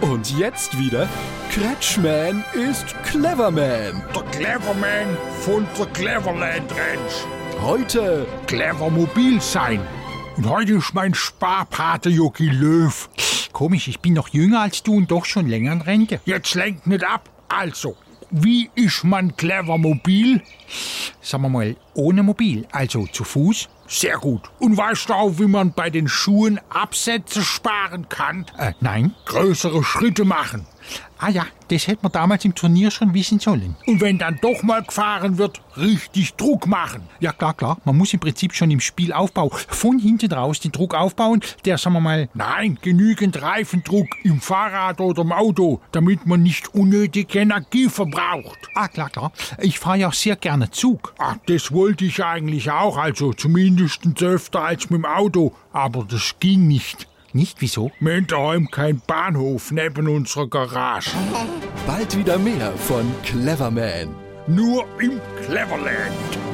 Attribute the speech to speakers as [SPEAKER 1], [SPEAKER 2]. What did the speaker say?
[SPEAKER 1] Und jetzt wieder, Kretschman ist Cleverman.
[SPEAKER 2] Der Cleverman von der Cleverland Ranch.
[SPEAKER 1] Heute
[SPEAKER 2] Clever mobil sein. Und heute ist mein Sparpate Jogi Löw.
[SPEAKER 3] Komisch, ich bin noch jünger als du und doch schon länger in Rente.
[SPEAKER 2] Jetzt lenkt nicht ab. Also, wie ist man clever mobil?
[SPEAKER 3] Sagen wir mal, ohne Mobil, also zu Fuß.
[SPEAKER 2] Sehr gut. Und weißt du auch, wie man bei den Schuhen Absätze sparen kann?
[SPEAKER 3] Äh, nein.
[SPEAKER 2] Größere Schritte machen.
[SPEAKER 3] Ah ja, das hätte man damals im Turnier schon wissen sollen.
[SPEAKER 2] Und wenn dann doch mal gefahren wird, richtig Druck machen.
[SPEAKER 3] Ja, klar, klar. Man muss im Prinzip schon im Spielaufbau von hinten raus den Druck aufbauen, der, sagen wir mal,
[SPEAKER 2] Nein, genügend Reifendruck im Fahrrad oder im Auto, damit man nicht unnötig Energie verbraucht.
[SPEAKER 3] ah, klar, klar. Ich fahre ja auch sehr gerne Zug.
[SPEAKER 2] Ach, das wollte ich eigentlich auch, also zumindest öfter als mit dem Auto. Aber das ging nicht.
[SPEAKER 3] Nicht wieso?
[SPEAKER 2] Wir haben daheim keinen Bahnhof neben unserer Garage.
[SPEAKER 1] bald wieder mehr von Cleverman.
[SPEAKER 2] Nur im Cleverland.